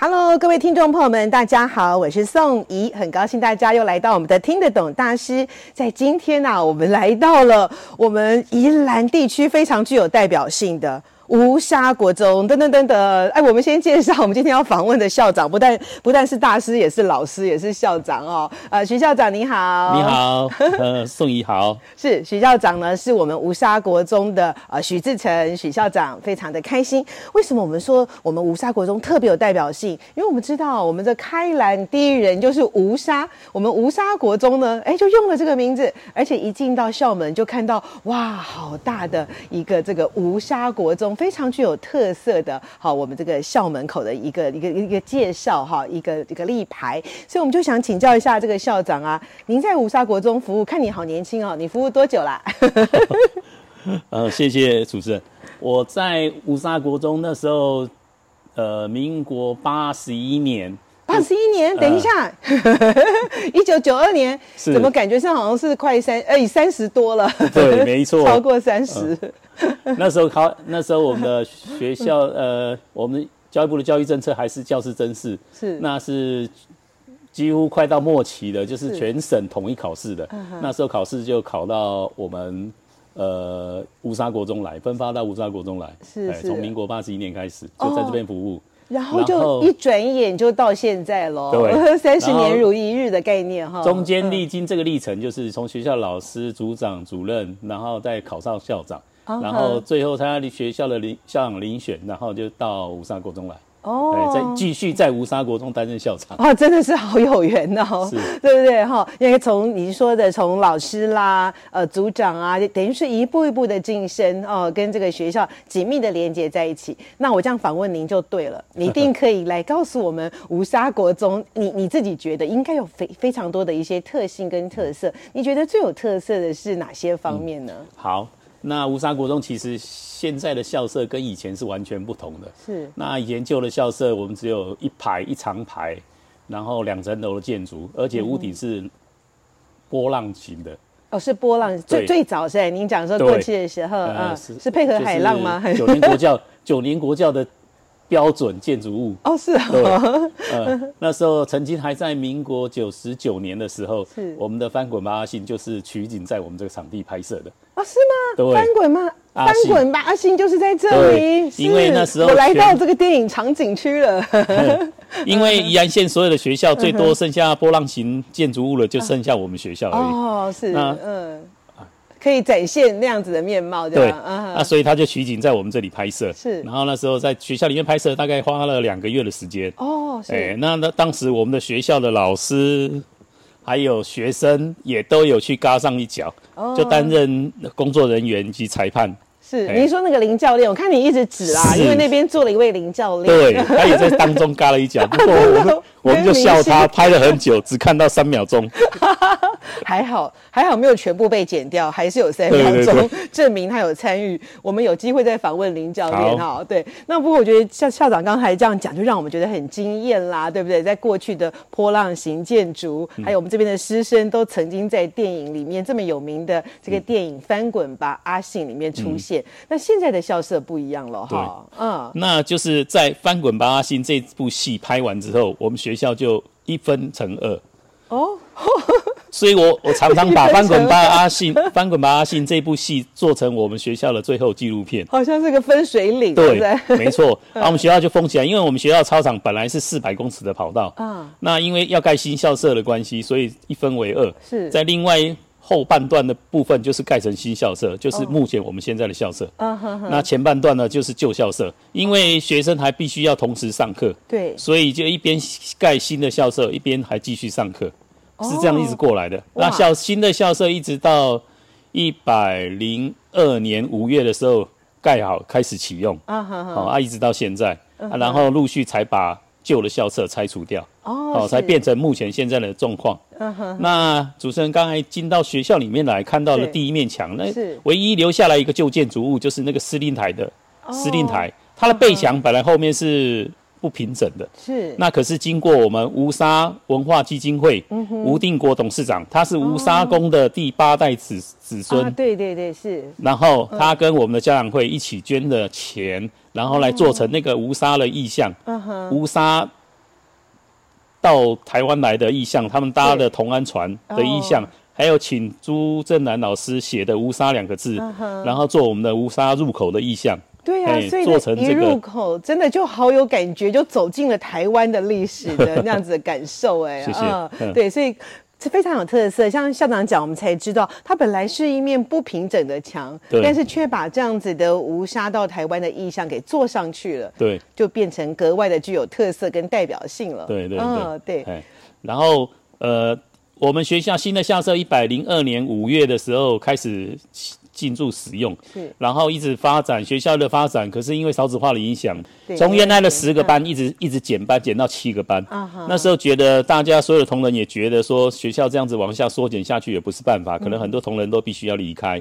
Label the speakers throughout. Speaker 1: Hello，各位听众朋友们，大家好，我是宋怡，很高兴大家又来到我们的听得懂大师。在今天呢、啊，我们来到了我们宜兰地区非常具有代表性的。无沙国中，等等等等，哎，我们先介绍我们今天要访问的校长，不但不但是大师，也是老师，也是校长哦。呃，徐校长你好，
Speaker 2: 你好，呃，宋怡好，
Speaker 1: 是徐校长呢，是我们无沙国中的呃许志成许校长，非常的开心。为什么我们说我们无沙国中特别有代表性？因为我们知道我们的开兰第一人就是无沙，我们无沙国中呢，哎，就用了这个名字，而且一进到校门就看到哇，好大的一个这个无沙国中。非常具有特色的，好，我们这个校门口的一个一个一个介绍哈，一个一个立牌，所以我们就想请教一下这个校长啊，您在五沙国中服务，看你好年轻哦，你服务多久啦？
Speaker 2: 呃，谢谢主持人，我在五沙国中那时候，呃，民国八十一 年。
Speaker 1: 八十一年，等一下， 一九九二年，
Speaker 2: 嗯呃是
Speaker 1: 怎么感觉上好像是快三，哎，三十多了，
Speaker 2: 对没错 嗯
Speaker 1: 超过三十、
Speaker 2: 那时候考，那时候我们的学校，呃，我们教育部的教育政策还是教师甄试，
Speaker 1: 是
Speaker 2: 那是几乎快到末期了，就是
Speaker 1: 是嗯
Speaker 2: 全省统一考试的。那时候考试就考到我们呃乌沙国中来，分发到乌沙国中来，哎
Speaker 1: 是是哦
Speaker 2: 从民国八十一年开始就在这边服务。
Speaker 1: 然后
Speaker 2: 然
Speaker 1: 就
Speaker 2: 后
Speaker 1: 一转眼就到现在喽，
Speaker 2: 对
Speaker 1: 三十
Speaker 2: 然后
Speaker 1: 年如一日的概念哈，
Speaker 2: 中间历经这个历程，就是从学校老师、组长、主任，然后再考上校长，
Speaker 1: 嗯
Speaker 2: 然后最后参加学校的遴校长遴选，然后就到乌沙国中来。
Speaker 1: 哦
Speaker 2: 哎，，在继续在吴沙国中担任校长。
Speaker 1: 哦，真的是好有缘哦
Speaker 2: 是，
Speaker 1: 对不对哈？因为从你说的，从老师啦、呃组长啊，等于是一步一步的晋升哦，跟这个学校紧密的连接在一起。那我这样反问您就对 了，你一定可以来告诉我们吴沙国中，你你自己觉得应该有非非常多的一些特性跟特
Speaker 2: 嗯
Speaker 1: 色，你觉得最有特色的是哪些方面呢？
Speaker 2: 好，那吴沙国中其实现在的校舍跟以前是完全不同的。
Speaker 1: 是
Speaker 2: 那以前旧的校舍，我们只有一排一长排，然后两层楼的建筑，而且
Speaker 1: 嗯
Speaker 2: 屋顶是波浪形的。
Speaker 1: 哦，是波浪最
Speaker 2: 对呃
Speaker 1: 最早是哎您讲说过去的时候，嗯，是配合海浪吗？
Speaker 2: 就 是九年国教，九年国教的标准建筑物。
Speaker 1: 哦，是
Speaker 2: 对
Speaker 1: 哦，，
Speaker 2: 呃，那时候曾经还在民国九十九年的时候
Speaker 1: 是，
Speaker 2: 我们的翻滚吧阿信就是取景在我们这个场地拍摄的。
Speaker 1: 哦，是吗？
Speaker 2: 对
Speaker 1: 翻滚吗？
Speaker 2: 阿
Speaker 1: 翻
Speaker 2: 信
Speaker 1: 滚吧，阿信就是在这里。
Speaker 2: 对
Speaker 1: 是
Speaker 2: 因为那时候
Speaker 1: 我来到
Speaker 2: 全
Speaker 1: 这个电影场景区了，
Speaker 2: 因为宜兰县所有的学校最多剩下波浪形建筑物了，就剩下我们学校而已。
Speaker 1: 哦，是，
Speaker 2: 那
Speaker 1: 嗯，可以展现那样子的面貌，
Speaker 2: 对，
Speaker 1: 对吧？啊
Speaker 2: 那所以他就取景在我们这里拍摄。
Speaker 1: 是
Speaker 2: 然后那时候在学校里面拍摄，大概花了两个月的时间。
Speaker 1: 哦，
Speaker 2: 哎，
Speaker 1: 是，
Speaker 2: 那那当时我们的学校的老师还有学生也都有去嘎上一脚，
Speaker 1: 哦
Speaker 2: 就担任工作人员及裁判。
Speaker 1: 是。
Speaker 2: 哎
Speaker 1: 您说那个林教练，我看你一直指啦，
Speaker 2: 是
Speaker 1: 因为那边坐了一位林教练。
Speaker 2: 对，他也在当中嘎了一脚，不过 我们我们就笑他，拍了很久，只看到三秒钟。
Speaker 1: 还好，还好没有全部被剪掉，还是有三秒
Speaker 2: 对对
Speaker 1: 钟证明他有参与。我们有机会再访问林教练
Speaker 2: 好
Speaker 1: 哈。对，那不过我觉得像校长刚才这样讲，就让我们觉得很惊艳啦，对不对？在过去的波浪形建筑，
Speaker 2: 嗯
Speaker 1: 还有我们这边的师生都曾经在电影里面这么有名的这个电影《翻滚吧，阿信》里面出
Speaker 2: 嗯
Speaker 1: 现。那现在的校舍不一样了哈，嗯，
Speaker 2: 那就是在《翻滚吧，阿信》这部戏拍完之后，我们学校就一分成二。
Speaker 1: 哦，
Speaker 2: 所以我我常常把
Speaker 1: 一分
Speaker 2: 《翻
Speaker 1: 成二
Speaker 2: 滚吧，阿信》《翻滚吧，阿信》这部戏做成我们学校的最后纪录片。
Speaker 1: 好像是个分水岭，对不
Speaker 2: 对
Speaker 1: 对？，
Speaker 2: 没错。然后我们学校就封起来，因为我们学校操场本来是四百公尺的跑道，
Speaker 1: 啊，
Speaker 2: 那因为要盖新校舍的关系，所以一分为二。
Speaker 1: 是
Speaker 2: 在另外后半段的部分就是盖成新校舍，就是目前我们现在的校舍。
Speaker 1: 哦嗯哼哼，
Speaker 2: 那前半段呢就是旧校舍，因为学生还必须要同时上课，
Speaker 1: 对。
Speaker 2: 所以就一边盖新的校舍，一边还继续上课，是这样一直过来的。
Speaker 1: 哦哇
Speaker 2: 那校新的校舍一直到一百零二年五月的时候盖好，开始启用。哦
Speaker 1: 啊哈哈，嗯
Speaker 2: 好、啊，一直到现在。啊然后陆续才把旧的校舍拆除掉，
Speaker 1: 哦
Speaker 2: 才
Speaker 1: 是嗯
Speaker 2: 变成目前现在的状况。那主持人刚才进到学校里面来，看到了
Speaker 1: 是
Speaker 2: 第一面墙，那
Speaker 1: 是
Speaker 2: 唯一留下来一个旧建筑物就是那个司令台的
Speaker 1: 哦
Speaker 2: 司令台，它的背
Speaker 1: 嗯
Speaker 2: 墙本来后面是不平整的，
Speaker 1: 是
Speaker 2: 那可是经过我们乌沙文化基金会，吴定国董事长，他是乌沙宫的第八代子子孙
Speaker 1: 啊，，对对对，是
Speaker 2: 然后他跟我们的家长会一起捐的钱，然后来做成那个吴沙的意象，吴沙到台湾来的意象，他们搭的同安船的意象。还有请朱正南老师写的“乌沙”两个字，然后做我们的乌沙入口的意象。
Speaker 1: 对啊，
Speaker 2: 嘿
Speaker 1: 所以
Speaker 2: 做
Speaker 1: 呢
Speaker 2: 成
Speaker 1: 一
Speaker 2: 这个
Speaker 1: 入口真的就好有感觉，就走进了台湾的历史的那样子的感受，哎，
Speaker 2: 谢谢嗯
Speaker 1: 对，所以。是非常有特色，像校长讲，我们才知道它本来是一面不平整的墙，
Speaker 2: 对
Speaker 1: 但是却把这样子的无沙到台湾的意象给做上去了，
Speaker 2: 对，
Speaker 1: 就变成格外的具有特色跟代表性了。
Speaker 2: 对对
Speaker 1: 嗯，
Speaker 2: 对，
Speaker 1: 对，
Speaker 2: 哎，然后呃，我们学校新的校舍一百零二年五月的时候开始进驻使用，
Speaker 1: 是
Speaker 2: 然后一直发展学校的发展，可是因为少子化的影响
Speaker 1: 对，
Speaker 2: 从原来的
Speaker 1: 因为
Speaker 2: 十个班一直一直减班，减到七个班
Speaker 1: 啊哈。
Speaker 2: 那时候觉得大家所有的同仁也觉得说，学校这样子往下缩减下去也不是办
Speaker 1: 嗯
Speaker 2: 法，可能很多同仁都必须要离开。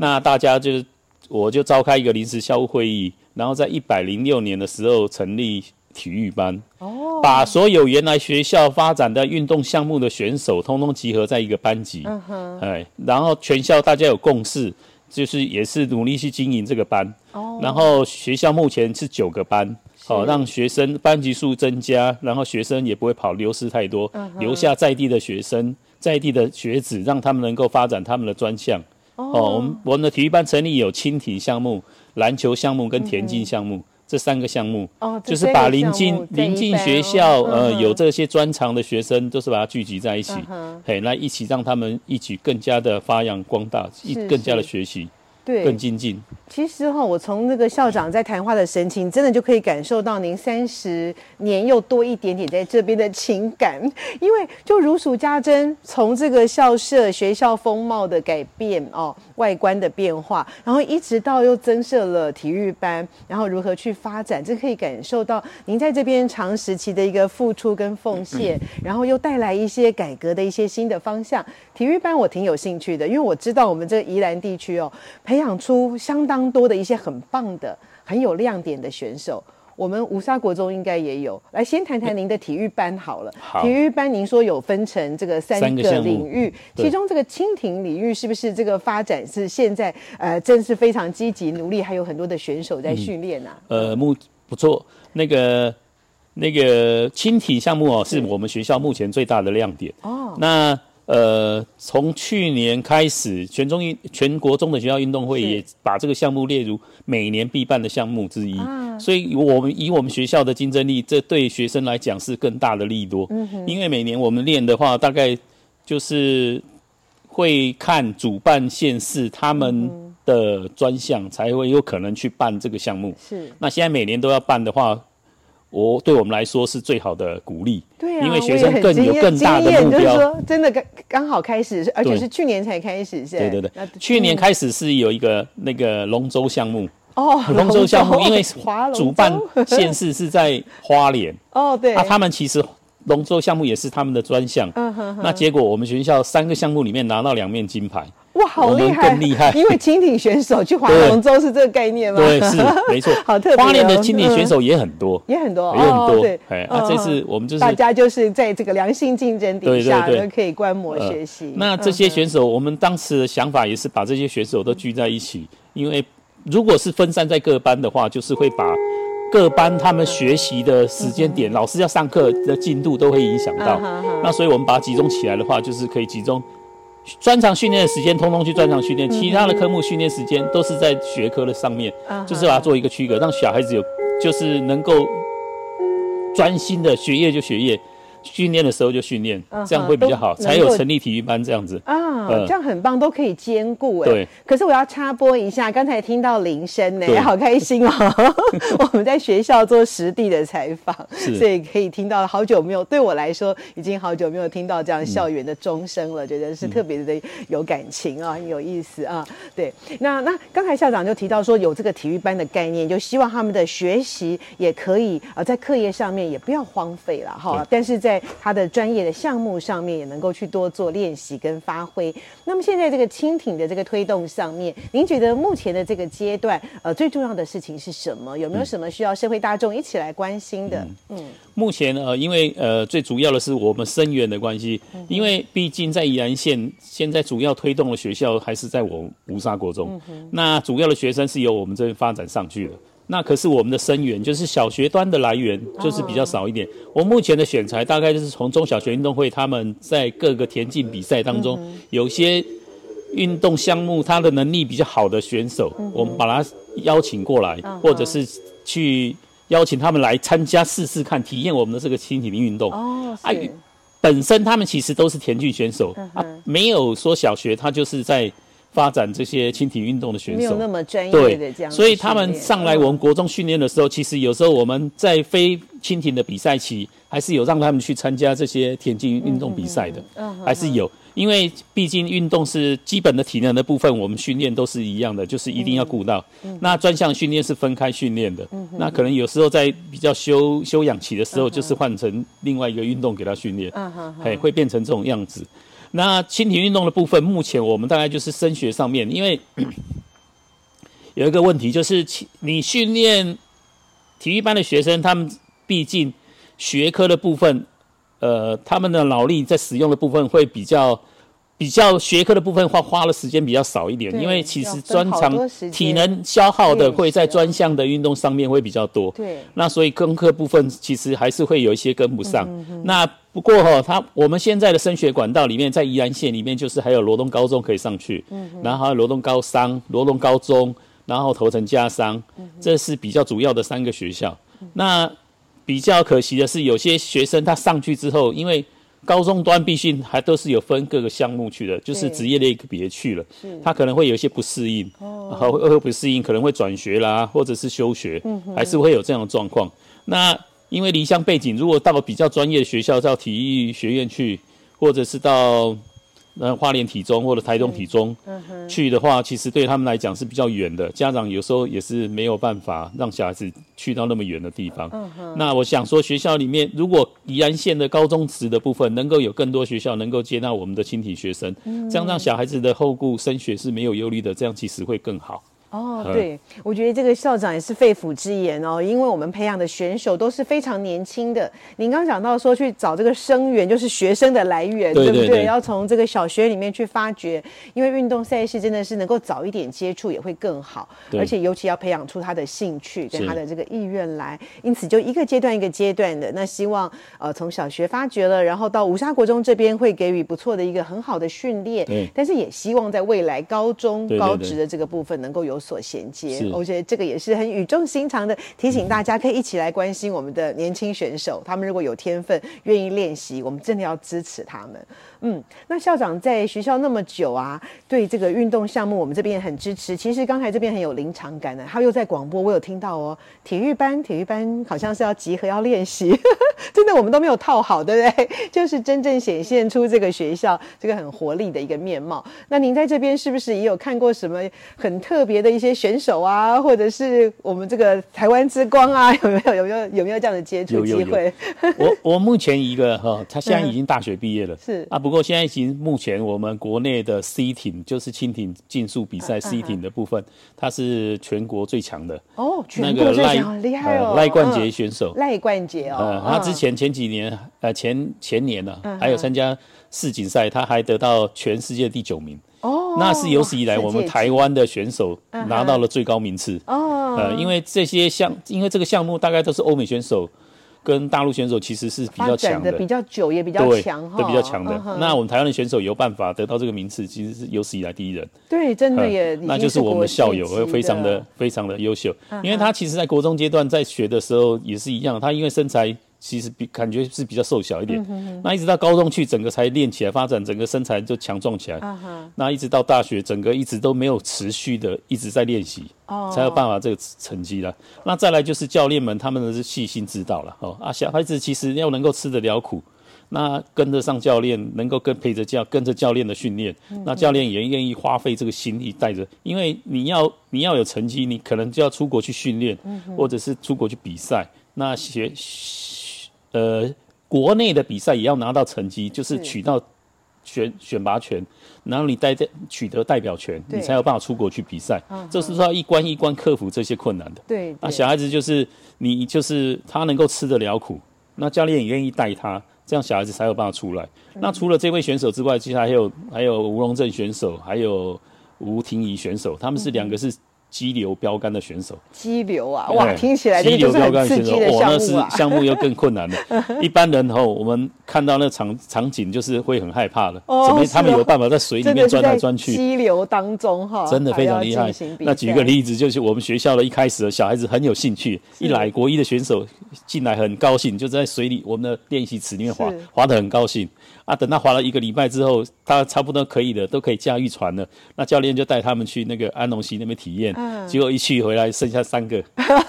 Speaker 2: 那大家就是我就召开一个临时校务会议，然后在一百零六年的时候成立体育班，哦，把所有原来学校发展的运动项目的选手，通通集合在一个班级，嗯哼，哎，然后全校大家有共识，就是也是努力去经营这个班，哦，然后学校目前是九个班。好、让学生班级数增加，然后学生也不会跑流失太多，留下在地的学生、在地的学子，让他们能够发展他们的专项。哦，我们我们的体育班成立有轻艇项目、篮球项目跟田径项目、这三个项目，
Speaker 1: 哦这
Speaker 2: 就是把
Speaker 1: 三个
Speaker 2: 临
Speaker 1: 项
Speaker 2: 近
Speaker 1: 目在一
Speaker 2: 临近
Speaker 1: 班
Speaker 2: 学校、
Speaker 1: 哦嗯
Speaker 2: 呃
Speaker 1: 哼嗯
Speaker 2: 有这些专长的学生，都是把它聚集在一起，
Speaker 1: 哼
Speaker 2: 嘿，那一起让他们一起更加的发扬光大，一
Speaker 1: 是
Speaker 2: 更加的
Speaker 1: 是
Speaker 2: 学习，
Speaker 1: 对，
Speaker 2: 更精进。
Speaker 1: 其实哈、我从那个校长在谈话的神情，真的就可以感受到您三十年又多一点点在这边的情感，因为就如数家珍，从这个校舍、学校风貌的改变哦，外观的变化，然后一直到又增设了体育班，然后如何去发展，这可以感受到您在这边长时期的一个付出跟奉
Speaker 2: 嗯
Speaker 1: 献，然后又带来一些改革的一些新的方向。体育班我挺有兴趣的，因为我知道我们这个宜兰地区哦，培养出相当多的一些很棒的、很有亮点的选手。我们吴沙国中应该也有，来先谈谈您的体育班好了。
Speaker 2: 好
Speaker 1: 体育班您说有分成这个三
Speaker 2: 三个项
Speaker 1: 个
Speaker 2: 目
Speaker 1: 领域，
Speaker 2: 对
Speaker 1: 其中这个蜻蜓领域是不是这个发展是现在呃真是非常积极努力，还有很多的选手在训练啊？
Speaker 2: 呃，目不错，那个那个轻体项目哦，是我们学校目前最大的亮点。哦，那呃，从去年开始，全中运全国中等学校运动会
Speaker 1: 是
Speaker 2: 也把这个项目列入每年必办的项目之一。所以，我们以我们学校的竞争力，这对学生来讲是更大的利多。嗯、因为每年我们练的话，大概就是会看主办县市他们的专项，才会有可能去办这个项目。
Speaker 1: 是，
Speaker 2: 那现在每年都要办的话，我对我们来说是最好的鼓励。
Speaker 1: 对啊，
Speaker 2: 因为学
Speaker 1: 我也
Speaker 2: 生
Speaker 1: 很
Speaker 2: 更
Speaker 1: 惊
Speaker 2: 有
Speaker 1: 艳
Speaker 2: 更大的
Speaker 1: 惊艳
Speaker 2: 目
Speaker 1: 就是
Speaker 2: 标
Speaker 1: 说真的刚刚好开始，而且
Speaker 2: 对
Speaker 1: 是去年才开始，是吧
Speaker 2: 对对对
Speaker 1: 那，
Speaker 2: 去年
Speaker 1: 嗯
Speaker 2: 开始是有一个那个龙舟 项目，
Speaker 1: 哦，
Speaker 2: 龙舟项 目因为
Speaker 1: 划龙舟
Speaker 2: 主办县市是在花莲，
Speaker 1: 哦， 对，嗯
Speaker 2: 那他们其实龙舟项目也是他们的专项。那结果我们学校三个项目里面拿到两面金牌，
Speaker 1: 哇，好
Speaker 2: 我们
Speaker 1: 厉害，
Speaker 2: 更厉害
Speaker 1: 因为蜻蜓选手去划
Speaker 2: 对
Speaker 1: 龙舟是这个概念吗？。
Speaker 2: 对，是没错
Speaker 1: 好特别哦
Speaker 2: 花莲的青年选手也很多，
Speaker 1: 也很多，
Speaker 2: 也很
Speaker 1: 哦
Speaker 2: 多
Speaker 1: 对，。
Speaker 2: 哎，
Speaker 1: 嗯
Speaker 2: 啊，这次
Speaker 1: 嗯
Speaker 2: 我们就是
Speaker 1: 大家就是在这个良性竞争底
Speaker 2: 对对
Speaker 1: 下，
Speaker 2: 对
Speaker 1: 都可以观摩
Speaker 2: 呃
Speaker 1: 学习。
Speaker 2: 那这
Speaker 1: 嗯
Speaker 2: 些选手，我们当时的想法也是把这些选手都聚在一起，因为如果是分散在各班的话，就是会把各班他们学习的时间点、老师要上课的进度都会影响到
Speaker 1: 嗯哼哼。
Speaker 2: 那所以我们把它集中起来的话，就是可以集中。专长训练的时间，通通去专长训
Speaker 1: 嗯
Speaker 2: 练，其他的科目训练时间都是在学科的上面，
Speaker 1: 嗯
Speaker 2: 就是把它做一个区隔，让小孩子有就是能够专心的学业就学业，训练的时候就训练
Speaker 1: 嗯哼，
Speaker 2: 这样会比较好，
Speaker 1: 都
Speaker 2: 才
Speaker 1: 能够
Speaker 2: 有成立体育班这样子。
Speaker 1: 啊，
Speaker 2: 嗯
Speaker 1: 这样很棒，都可以兼顾哎。
Speaker 2: 对。
Speaker 1: 可是我要插播一下，刚才听到铃声呢
Speaker 2: 对，
Speaker 1: 好开 心哦！我们在学校做实地的采访，
Speaker 2: 是
Speaker 1: 所以可以听到好久没有，对我来说已经好久没有听到这样校园的钟声
Speaker 2: 嗯
Speaker 1: 了，觉得是特别的有感情啊，很有意思啊。对，那那刚才校长就提到说有这个体育班的概念，就希望他们的学习也可以啊、呃在课业上面也不要荒废了哈
Speaker 2: 对，
Speaker 1: 但是在他的专业的项目上面也能够去多做练习跟发挥。那么现在这个蜻蜓的这个推动上面，您觉得目前的这个阶段，呃，最重要的事情是什么？有没有什么需要社会大众一起来关心的？
Speaker 2: 目前呃，因为呃，最主要的是我们生源的关系，
Speaker 1: 嗯
Speaker 2: 因为毕竟在宜兰县现在主要推动的学校还是在我吴沙
Speaker 1: 嗯
Speaker 2: 国中，那主要的学生是由我们这边发展上去的。那可是我们的生源，就是小学端的来源，
Speaker 1: 哦
Speaker 2: 就是比较少一点。我目前的选材大概就是从中小学运动会他们在各个田径比赛当
Speaker 1: 嗯
Speaker 2: 中，有些运动项目他的能力比较好的选手，
Speaker 1: 嗯
Speaker 2: 我们把他邀请过来，或者是去邀请他们来参加试试看，体验我们的这个轻体力运动。
Speaker 1: 哦，
Speaker 2: 啊
Speaker 1: 是，
Speaker 2: 本身他们其实都是田径选手、
Speaker 1: 嗯哼
Speaker 2: 啊，没有说小学他就是在发展这些轻体运动的选
Speaker 1: 没有
Speaker 2: 手。
Speaker 1: 那么专业的这
Speaker 2: 对
Speaker 1: 样，子训练，
Speaker 2: 所以他们上来我们
Speaker 1: 嗯
Speaker 2: 国中训练的时候，其实有时候我们在非蜻蜓的比赛期，还是有让他们去参加这些田径运动比赛的，
Speaker 1: 嗯
Speaker 2: 还是有。因为毕竟运动是基本的体能的部分，我们训练都是一样的，就是一
Speaker 1: 嗯
Speaker 2: 定要顾到。那专项训练是分开训练的，
Speaker 1: 嗯
Speaker 2: 那可能有时候在比较休休养期的时候，就是换成另外一个运动给他训练，
Speaker 1: 嗯哼
Speaker 2: 嘿，会变成这种样子。那轻体运动的部分，目前我们大概就是升学上面，因为 有一个问题就是，其你训练体育班的学生，他们毕竟学科的部分，呃，他们的脑力在使用的部分会比较。比较学科的部分花花的时间比较少一点，
Speaker 1: 对
Speaker 2: 因为其实
Speaker 1: 要分
Speaker 2: 专
Speaker 1: 好
Speaker 2: 长
Speaker 1: 多时间
Speaker 2: 体能消耗的
Speaker 1: 练习
Speaker 2: 会在
Speaker 1: 啊
Speaker 2: 专项的运动上面会比较多。
Speaker 1: 对，
Speaker 2: 那所以功课部分其实还是会有一些跟不上。那不过哈、它我们现在的升学管道里面，在宜兰县里面就是还有罗东高中可以上去，然后还有罗东高商、罗东高中，然后头城家商，这是比较主要的三个学校。那比较可惜的是，有些学生他上去之后，因为高中端毕竟还都是有分各个项目去的，就是
Speaker 1: 对
Speaker 2: 职业类别去了，他可能会有一些不适应，好会会不适应，可能会转学啦，或者是休学，还是会有这样的状况。那因为离乡背景，如果到比较专业的学校，到体育学院去，或者是到呃花莲体中或者台中体中、去的话，其实对他们来讲是比较远的。家长有时候也是没有办法让小孩子去到那么远的地方。那我想说，学校里面如果宜安县的高中职的部分能够有更多学校能够接纳我们的青体学生，这样让小孩子的后顾升学是没有忧虑的，这样其实会更好。
Speaker 1: 哦，
Speaker 2: 嗯
Speaker 1: 对，我觉得这个校长也是肺腑之言哦，因为我们培养的选手都是非常年轻的。您刚讲到说去找这个生源，就是学生的来源，
Speaker 2: 对
Speaker 1: 不
Speaker 2: 对
Speaker 1: 对？
Speaker 2: 对
Speaker 1: 要从这个小学里面去发掘，因为运动赛事真的是能够早一点接触也会更好，
Speaker 2: 对
Speaker 1: 而且尤其要培养出他的兴趣跟
Speaker 2: 是
Speaker 1: 他的这个意愿来。因此，就一个阶段一个阶段的，那希望呃从小学发掘了，然后到五沙国中这边会给予不错的一个很好的训练
Speaker 2: 对，
Speaker 1: 但是也希望在未来高中
Speaker 2: 对对
Speaker 1: 高
Speaker 2: 对
Speaker 1: 职的这个部分能够有所衔接
Speaker 2: 是。
Speaker 1: 我觉得这个也是很语重心长的提醒大家，可以一起来关心我们的年轻选手，他们如果有天分，愿意练习，我们真的要支持他们。嗯，那校长在学校那么久啊，对这个运动项目我们这边也很支持。其实刚才这边很有临场感的、啊他又在广播，我有听到哦，体育班，体育班好像是要集合要练习，真的我们都没有套好，对不对？ 就是真正显现出这个学校这个很活力的一个面貌。那您在这边是不是也有看过什么很特别的一些选手啊，或者是我们这个台湾之光啊， 有没有有没有有没有这样的接触
Speaker 2: 有
Speaker 1: 机
Speaker 2: 有
Speaker 1: 会？
Speaker 2: 有我我目前一个哈，他现在已经大学毕业了，
Speaker 1: 是
Speaker 2: 啊，不过现在已经目前我们国内的 C 艇就是轻艇竞速比赛 C 艇的部分，他是全国最强的，
Speaker 1: 哦，全
Speaker 2: 那
Speaker 1: 部
Speaker 2: 个
Speaker 1: 最
Speaker 2: 赖
Speaker 1: 强，好厉害哦！
Speaker 2: 呃赖冠杰
Speaker 1: 嗯
Speaker 2: 选手，
Speaker 1: 赖冠杰哦，
Speaker 2: 呃，他之
Speaker 1: 嗯
Speaker 2: 前前几年，呃，前前年呢、还有参加世锦赛，他还得到全世界第九名，
Speaker 1: 哦，
Speaker 2: 那是有史以来
Speaker 1: 世
Speaker 2: 我们
Speaker 1: 界嗯
Speaker 2: 台湾的选手拿到了最高名次。
Speaker 1: 哦，
Speaker 2: 呃，因为这些项，因为这个项目大概都是欧美选手跟大陆选手其实是比
Speaker 1: 发
Speaker 2: 较
Speaker 1: 展
Speaker 2: 强
Speaker 1: 的
Speaker 2: 的，
Speaker 1: 比较久，也比较
Speaker 2: 对，
Speaker 1: 强哈，
Speaker 2: 都比较强的
Speaker 1: 嗯。哼
Speaker 2: 那我们台湾的选手有办法得到这个名次，其实是有史以来第一人。
Speaker 1: 对，真的
Speaker 2: 呃
Speaker 1: 也已经
Speaker 2: 那就是我们的校友
Speaker 1: 国际级
Speaker 2: 非常的
Speaker 1: 的嗯
Speaker 2: 非常的优秀，因为他其实在国中阶段在学的时候也是一样，他因为身材。其实比感觉是比较瘦小一点。
Speaker 1: 嗯
Speaker 2: 那一直到高中去，整个才练起来，发展整个身材就强壮起来。
Speaker 1: 啊哈，
Speaker 2: 那一直到大学，整个一直都没有持续的一直在练习，
Speaker 1: 哦
Speaker 2: 才有办法这个成绩了。那再来就是教练们他们的细心指导了哦啊，小孩子其实要能够吃得了苦，那跟得上教练，能够跟陪着教跟着教练的训练，
Speaker 1: 嗯
Speaker 2: 那教练也愿意花费这个心力带着，因为你要你要有成绩，你可能就要出国去训练，
Speaker 1: 嗯
Speaker 2: 或者是出国去比赛，那学呃国内的比赛也要拿到成绩，就是
Speaker 1: 是
Speaker 2: 取到选选拔权，然后你代代取得代表权，
Speaker 1: 对嗯
Speaker 2: 你才有办法出国去比赛。这是说要一关一关克服这些困难的。
Speaker 1: 对，
Speaker 2: 那
Speaker 1: 对
Speaker 2: 小孩子就是你就是他能够吃得了苦，那教练也愿意带他，这样小孩子才有办法出来。那除了这位选手之外，其实还有还有吴荣镇选手，还有吴婷怡选手，他们是两个是激流标杆的选手。
Speaker 1: 激流啊，哇，听起来这
Speaker 2: 哎激
Speaker 1: 个就
Speaker 2: 流
Speaker 1: 是
Speaker 2: 标
Speaker 1: 很
Speaker 2: 杆
Speaker 1: 刺
Speaker 2: 选手，
Speaker 1: 激的
Speaker 2: 哇，
Speaker 1: 项
Speaker 2: 那
Speaker 1: 目啊
Speaker 2: 是。项目又更困 难了。一般人吼，我们看到那场场景就是会很害怕的，
Speaker 1: 哦
Speaker 2: 怎么
Speaker 1: 是
Speaker 2: 他们
Speaker 1: 哦
Speaker 2: 有办法在水里
Speaker 1: 真
Speaker 2: 面
Speaker 1: 的是
Speaker 2: 钻来
Speaker 1: 在
Speaker 2: 钻去？
Speaker 1: 激流当中哈，
Speaker 2: 真的非常
Speaker 1: 还要
Speaker 2: 厉害
Speaker 1: 进行。比
Speaker 2: 那举个
Speaker 1: 赛，
Speaker 2: 例子，就是我们学校的一开始的小孩子很有兴趣，一来国一的选手进来很高兴，就在水里我们的练习池里面滑
Speaker 1: 是，
Speaker 2: 滑得很高兴啊。等他滑了一个礼拜之后，他差不多可以了，都可以驾驭船了。那教练就带他们去那个安龙溪那边体验，
Speaker 1: 嗯
Speaker 2: 结果一去回来剩下三个，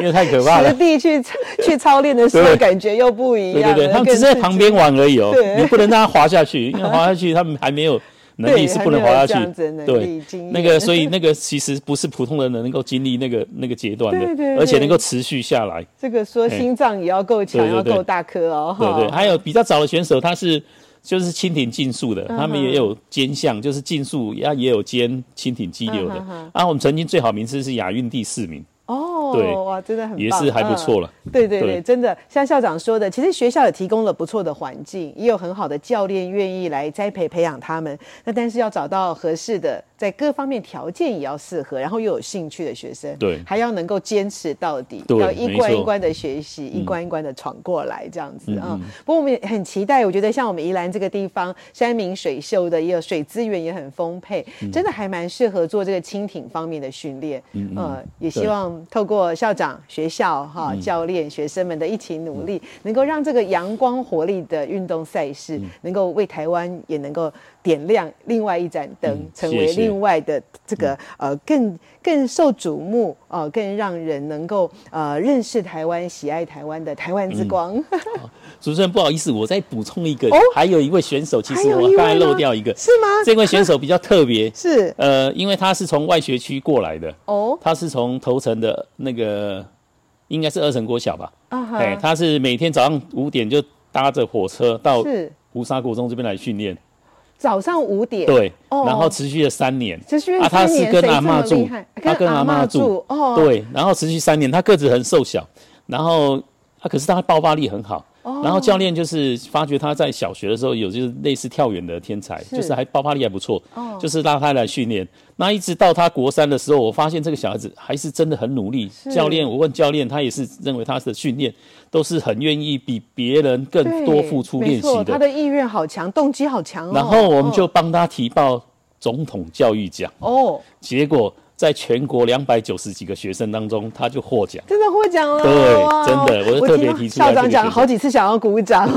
Speaker 2: 因为太可 怕了
Speaker 1: 实。地去去操练的时候，
Speaker 2: 对
Speaker 1: 感觉又不一
Speaker 2: 对
Speaker 1: 样
Speaker 2: 对
Speaker 1: 了。
Speaker 2: 对，他
Speaker 1: 更
Speaker 2: 们只是在
Speaker 1: 刺
Speaker 2: 旁
Speaker 1: 激
Speaker 2: 边玩而已哦
Speaker 1: 对，
Speaker 2: 你不能让他滑下去，因为滑下去他们还没有能力
Speaker 1: 对
Speaker 2: 是不能滑下去
Speaker 1: 还没有这样子的。能力
Speaker 2: 对
Speaker 1: 经验，
Speaker 2: 那个所以那个其实不是普通人能够经历那个那个阶段
Speaker 1: 对对对
Speaker 2: 的，而且能够持续下来。
Speaker 1: 这个说
Speaker 2: 哎
Speaker 1: 心脏也要够强，
Speaker 2: 对对
Speaker 1: 要
Speaker 2: 对
Speaker 1: 够大颗哦，
Speaker 2: 对对，
Speaker 1: 哈。
Speaker 2: 还有比较早的选手，他是就是蜻蜓竞速的，
Speaker 1: 嗯
Speaker 2: 他们也有兼项，就是竞速，也也有兼蜻蜓激流的
Speaker 1: 嗯哼哼。
Speaker 2: 啊，我们曾经最好名次是亚运第四名，
Speaker 1: 哦，
Speaker 2: 对
Speaker 1: 哇，真的很棒
Speaker 2: 也是还不错了。
Speaker 1: 嗯对对对，
Speaker 2: 对
Speaker 1: 真的像校长说的，其实学校也提供了不错的环境，也有很好的教练愿意来栽培培养他们。那但是要找到合适的，在各方面条件也要适合，然后又有兴趣的学生，
Speaker 2: 对
Speaker 1: 还要能够坚持到底，
Speaker 2: 对
Speaker 1: 要一
Speaker 2: 没
Speaker 1: 关一
Speaker 2: 错
Speaker 1: 关的学习，一关一关的闯过来，这样子啊、嗯不过我们也很期待，我觉得像我们宜兰这个地方，山明水秀的，也有水资源也很丰沛，真的还蛮适合做这个蜻蜓方面的训练。嗯、嗯呃，也希
Speaker 2: 对
Speaker 1: 望透过校长、学校哈、教练、学生们的一起努力，能够让这个阳光活力的运动赛事，能够为台湾也能够点亮另外一盏灯，
Speaker 2: 嗯
Speaker 1: 成为
Speaker 2: 谢谢
Speaker 1: 另外的这个、
Speaker 2: 嗯
Speaker 1: 呃更更受瞩目呃，更让人能够呃认识台湾、喜爱台湾的台湾
Speaker 2: 嗯
Speaker 1: 之光。
Speaker 2: 主持人不好意思，我再补充一个
Speaker 1: 哦，
Speaker 2: 还有一位选手，其
Speaker 1: 还
Speaker 2: 实
Speaker 1: 有
Speaker 2: 我
Speaker 1: 一
Speaker 2: 刚才
Speaker 1: 位吗
Speaker 2: 漏掉一个，
Speaker 1: 是吗？
Speaker 2: 这位选手比较特别，
Speaker 1: 是
Speaker 2: 呃，因为他是从外学区过来的，
Speaker 1: 哦
Speaker 2: 他是从头城的那个应该是二城国小吧，
Speaker 1: 啊哈，
Speaker 2: 哎、他是每天早上五点就搭着火车到
Speaker 1: 是
Speaker 2: 乌沙国中这边来训练，
Speaker 1: 早上五点，，
Speaker 2: 对，
Speaker 1: 哦
Speaker 2: 然后持续了三年。
Speaker 1: 持续
Speaker 2: 啊，他
Speaker 1: 三
Speaker 2: 是
Speaker 1: 年
Speaker 2: 跟
Speaker 1: 谁
Speaker 2: 阿
Speaker 1: 这么
Speaker 2: 嬷
Speaker 1: 厉
Speaker 2: 住
Speaker 1: 害，
Speaker 2: 他跟阿嬷
Speaker 1: 嬷
Speaker 2: 住，
Speaker 1: 哦，，
Speaker 2: 对，然后持续三年，他个子很瘦小，然后他可是他爆发力很好，
Speaker 1: 哦
Speaker 2: 然后教练就是发觉他在小学的时候有就是类似跳远的天才，
Speaker 1: 是哦
Speaker 2: 就是还爆发力还不错，就是让他来训练。那一直到他国三的时候，我发现这个小孩子还是真的很努力。教练，我问教练，他也是认为他的训练都是很愿意比别人更
Speaker 1: 对
Speaker 2: 多付出
Speaker 1: 没
Speaker 2: 练
Speaker 1: 错
Speaker 2: 习
Speaker 1: 他
Speaker 2: 的。
Speaker 1: 的意愿好强，动机好强哦。
Speaker 2: 然后我们就
Speaker 1: 嗯
Speaker 2: 帮他提报总统教育奖，
Speaker 1: 哦，
Speaker 2: 结果在全国两百九十几个学生当中，他就获奖。
Speaker 1: 真的获奖了，
Speaker 2: 对
Speaker 1: 哇哦
Speaker 2: 真的我就特别
Speaker 1: 听
Speaker 2: 提出来
Speaker 1: 校长
Speaker 2: 这个
Speaker 1: 讲了
Speaker 2: 学生
Speaker 1: 好几次想要鼓 掌，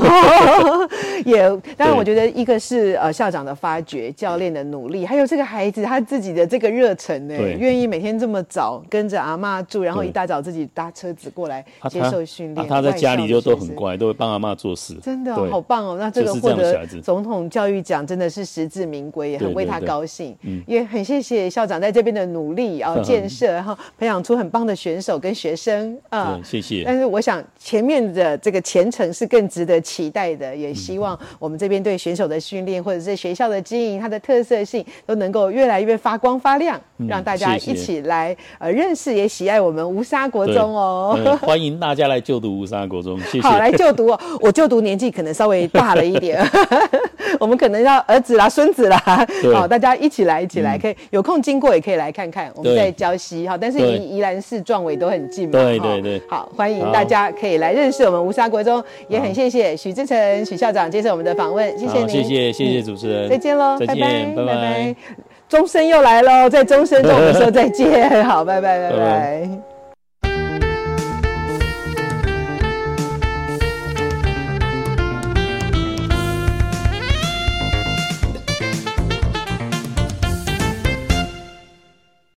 Speaker 1: 也当然
Speaker 2: 对
Speaker 1: 我觉得一个是呃校长的发掘，教练的努力，还有这个孩子他自己的这个热忱呢，
Speaker 2: 对
Speaker 1: 愿意每天这么早跟着阿嬷住，然后
Speaker 2: 对
Speaker 1: 一大早自己搭车子过来
Speaker 2: 他
Speaker 1: 接
Speaker 2: 他
Speaker 1: 受训
Speaker 2: 啊
Speaker 1: 练，
Speaker 2: 他在家里就都很
Speaker 1: 乖。
Speaker 2: 乖，都会帮阿妈做事。
Speaker 1: 真的哦、
Speaker 2: 对
Speaker 1: 好棒哦！那这个
Speaker 2: 就是这
Speaker 1: 获
Speaker 2: 样的小
Speaker 1: 得
Speaker 2: 孩子
Speaker 1: 总统教育奖真的是实至名归，也很
Speaker 2: 对
Speaker 1: 为
Speaker 2: 对
Speaker 1: 他
Speaker 2: 对
Speaker 1: 高兴，
Speaker 2: 嗯
Speaker 1: 也很谢谢校长在这边的努力啊、建设，然后培养出很棒的选手跟学生啊。
Speaker 2: 对，谢谢。
Speaker 1: 但是我想前面的这个前程是更值得期待的，也希望
Speaker 2: 嗯
Speaker 1: 我们这边对选手的训练或者是学校的经营，它的特色性都能够越来越发光发亮，让大家
Speaker 2: 嗯谢谢
Speaker 1: 一起来呃认识也喜爱我们吴沙国中哦。
Speaker 2: 嗯欢迎大家来就读乌沙国中，谢谢
Speaker 1: 好，。来就读哦。我就读年纪可能稍微大了一 点，我们可能要儿子啦、孙子啦，
Speaker 2: 对嗯
Speaker 1: 好，大家一起来，一起来，可以有空经过也可以来看看。我们
Speaker 2: 对
Speaker 1: 在礁溪哈，但是
Speaker 2: 对
Speaker 1: 离宜兰市壮围都很近嘛。
Speaker 2: 对
Speaker 1: 哈
Speaker 2: 对对
Speaker 1: 好，欢迎
Speaker 2: 好
Speaker 1: 大家可以来认识我们吴沙国中，也很谢谢许志成许校长接受我们的访问，谢谢您，
Speaker 2: 好，
Speaker 1: 嗯
Speaker 2: 谢谢谢谢主持人，
Speaker 1: 再见喽，
Speaker 2: 再见，拜
Speaker 1: 拜
Speaker 2: 拜
Speaker 1: 拜。钟声又来喽，在钟声中我们说再见，好，拜拜，拜
Speaker 2: 拜
Speaker 1: 拜
Speaker 2: 拜。